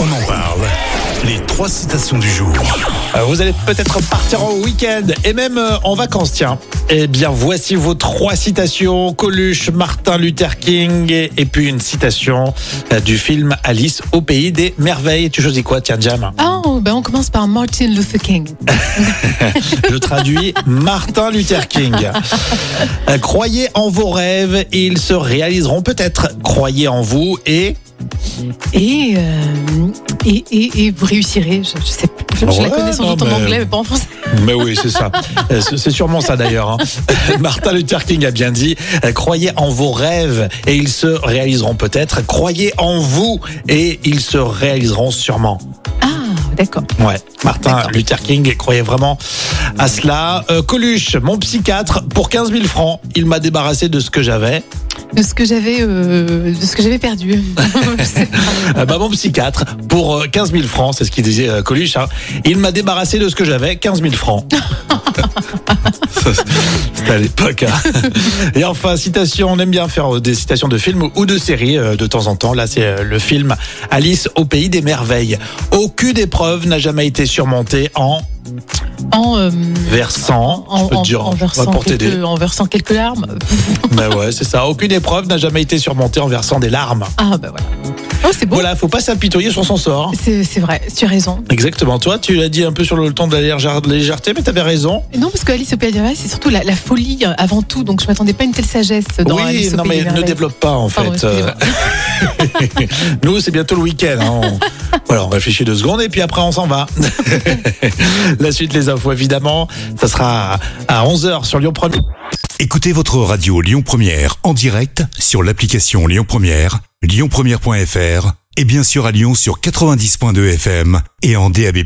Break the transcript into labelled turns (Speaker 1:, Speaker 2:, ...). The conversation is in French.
Speaker 1: On en parle. Les trois citations du jour.
Speaker 2: Euh, Vous allez peut-être partir en week-end et même euh, en vacances, tiens. Eh bien, voici vos trois citations. Coluche, Martin Luther King et, et puis une citation euh, du film Alice au pays des merveilles. Tu choisis quoi, tiens, Jam
Speaker 3: Ah, ben on commence par Martin Luther King.
Speaker 2: Je traduis Martin Luther King. Euh, Croyez en vos rêves et ils se réaliseront peut-être. Croyez en vous et...
Speaker 3: Et, euh, et, et, et vous réussirez. Je, je sais pas. Je, je
Speaker 2: Ouais,
Speaker 3: la connais sans
Speaker 2: non,
Speaker 3: doute en
Speaker 2: mais-
Speaker 3: anglais, mais pas en français.
Speaker 2: Mais oui, c'est ça. Euh, C'est c'est sûrement ça d'ailleurs. hein. Martin Luther King a bien dit euh, Croyez en vos rêves et ils se réaliseront peut-être. Croyez en vous et ils se réaliseront sûrement.
Speaker 3: Ah, d'accord.
Speaker 2: Ouais. Martin
Speaker 3: D'accord.
Speaker 2: Luther King croyait vraiment à cela. Euh, Coluche, mon psychiatre, pour 15 000 francs, il m'a débarrassé de ce que j'avais.
Speaker 3: De ce que j'avais, euh, de ce que j'avais perdu. Je sais pas.
Speaker 2: Euh, bah, mon psychiatre, pour euh, 15 000 francs, c'est ce qu'il disait euh, Coluche, hein, il m'a débarrassé de ce que j'avais, 15 000 francs. C'était à l'époque. hein. Et enfin, citation, on aime bien faire euh, des citations de films ou de séries euh, de temps en temps. Là, c'est euh, le film Alice au pays des merveilles. Aucune épreuve n'a jamais été surmontée en
Speaker 3: en, euh,
Speaker 2: versant.
Speaker 3: en,
Speaker 2: je peux te
Speaker 3: en-
Speaker 2: dire,
Speaker 3: en
Speaker 2: on va
Speaker 3: versant
Speaker 2: pour t'aider.
Speaker 3: quelques, en versant quelques larmes.
Speaker 2: Ben ouais, c'est ça. Aucune épreuve n'a jamais été surmontée en versant des larmes.
Speaker 3: Ah, ben voilà. Oh, c'est beau.
Speaker 2: Voilà, faut pas s'apitoyer sur son sort.
Speaker 3: C'est c'est vrai, tu as raison.
Speaker 2: Exactement. Toi, tu l'as dit un peu sur le ton de la légère- légèreté, mais t'avais raison.
Speaker 3: Non, parce que Alice au Pays des Merveilles, c'est surtout la, la folie euh, avant tout, donc je m'attendais pas à une telle sagesse dans
Speaker 2: oui,
Speaker 3: Alice au
Speaker 2: non,
Speaker 3: Pays
Speaker 2: mais
Speaker 3: des
Speaker 2: ne
Speaker 3: Merveilles.
Speaker 2: développe pas, en
Speaker 3: Pardon,
Speaker 2: fait. Euh,
Speaker 3: excusez-moi.
Speaker 2: Nous, c'est bientôt le week-end. hein. On- voilà, on réfléchit deux secondes et puis après, on s'en va. la suite, les infos, évidemment. Ça sera à 11h sur Lyon 1
Speaker 1: Écoutez votre radio Lyon Première en direct sur l'application Lyon Première, lyonpremière.fr et bien sûr à Lyon sur 90.2 FM et en DAB+.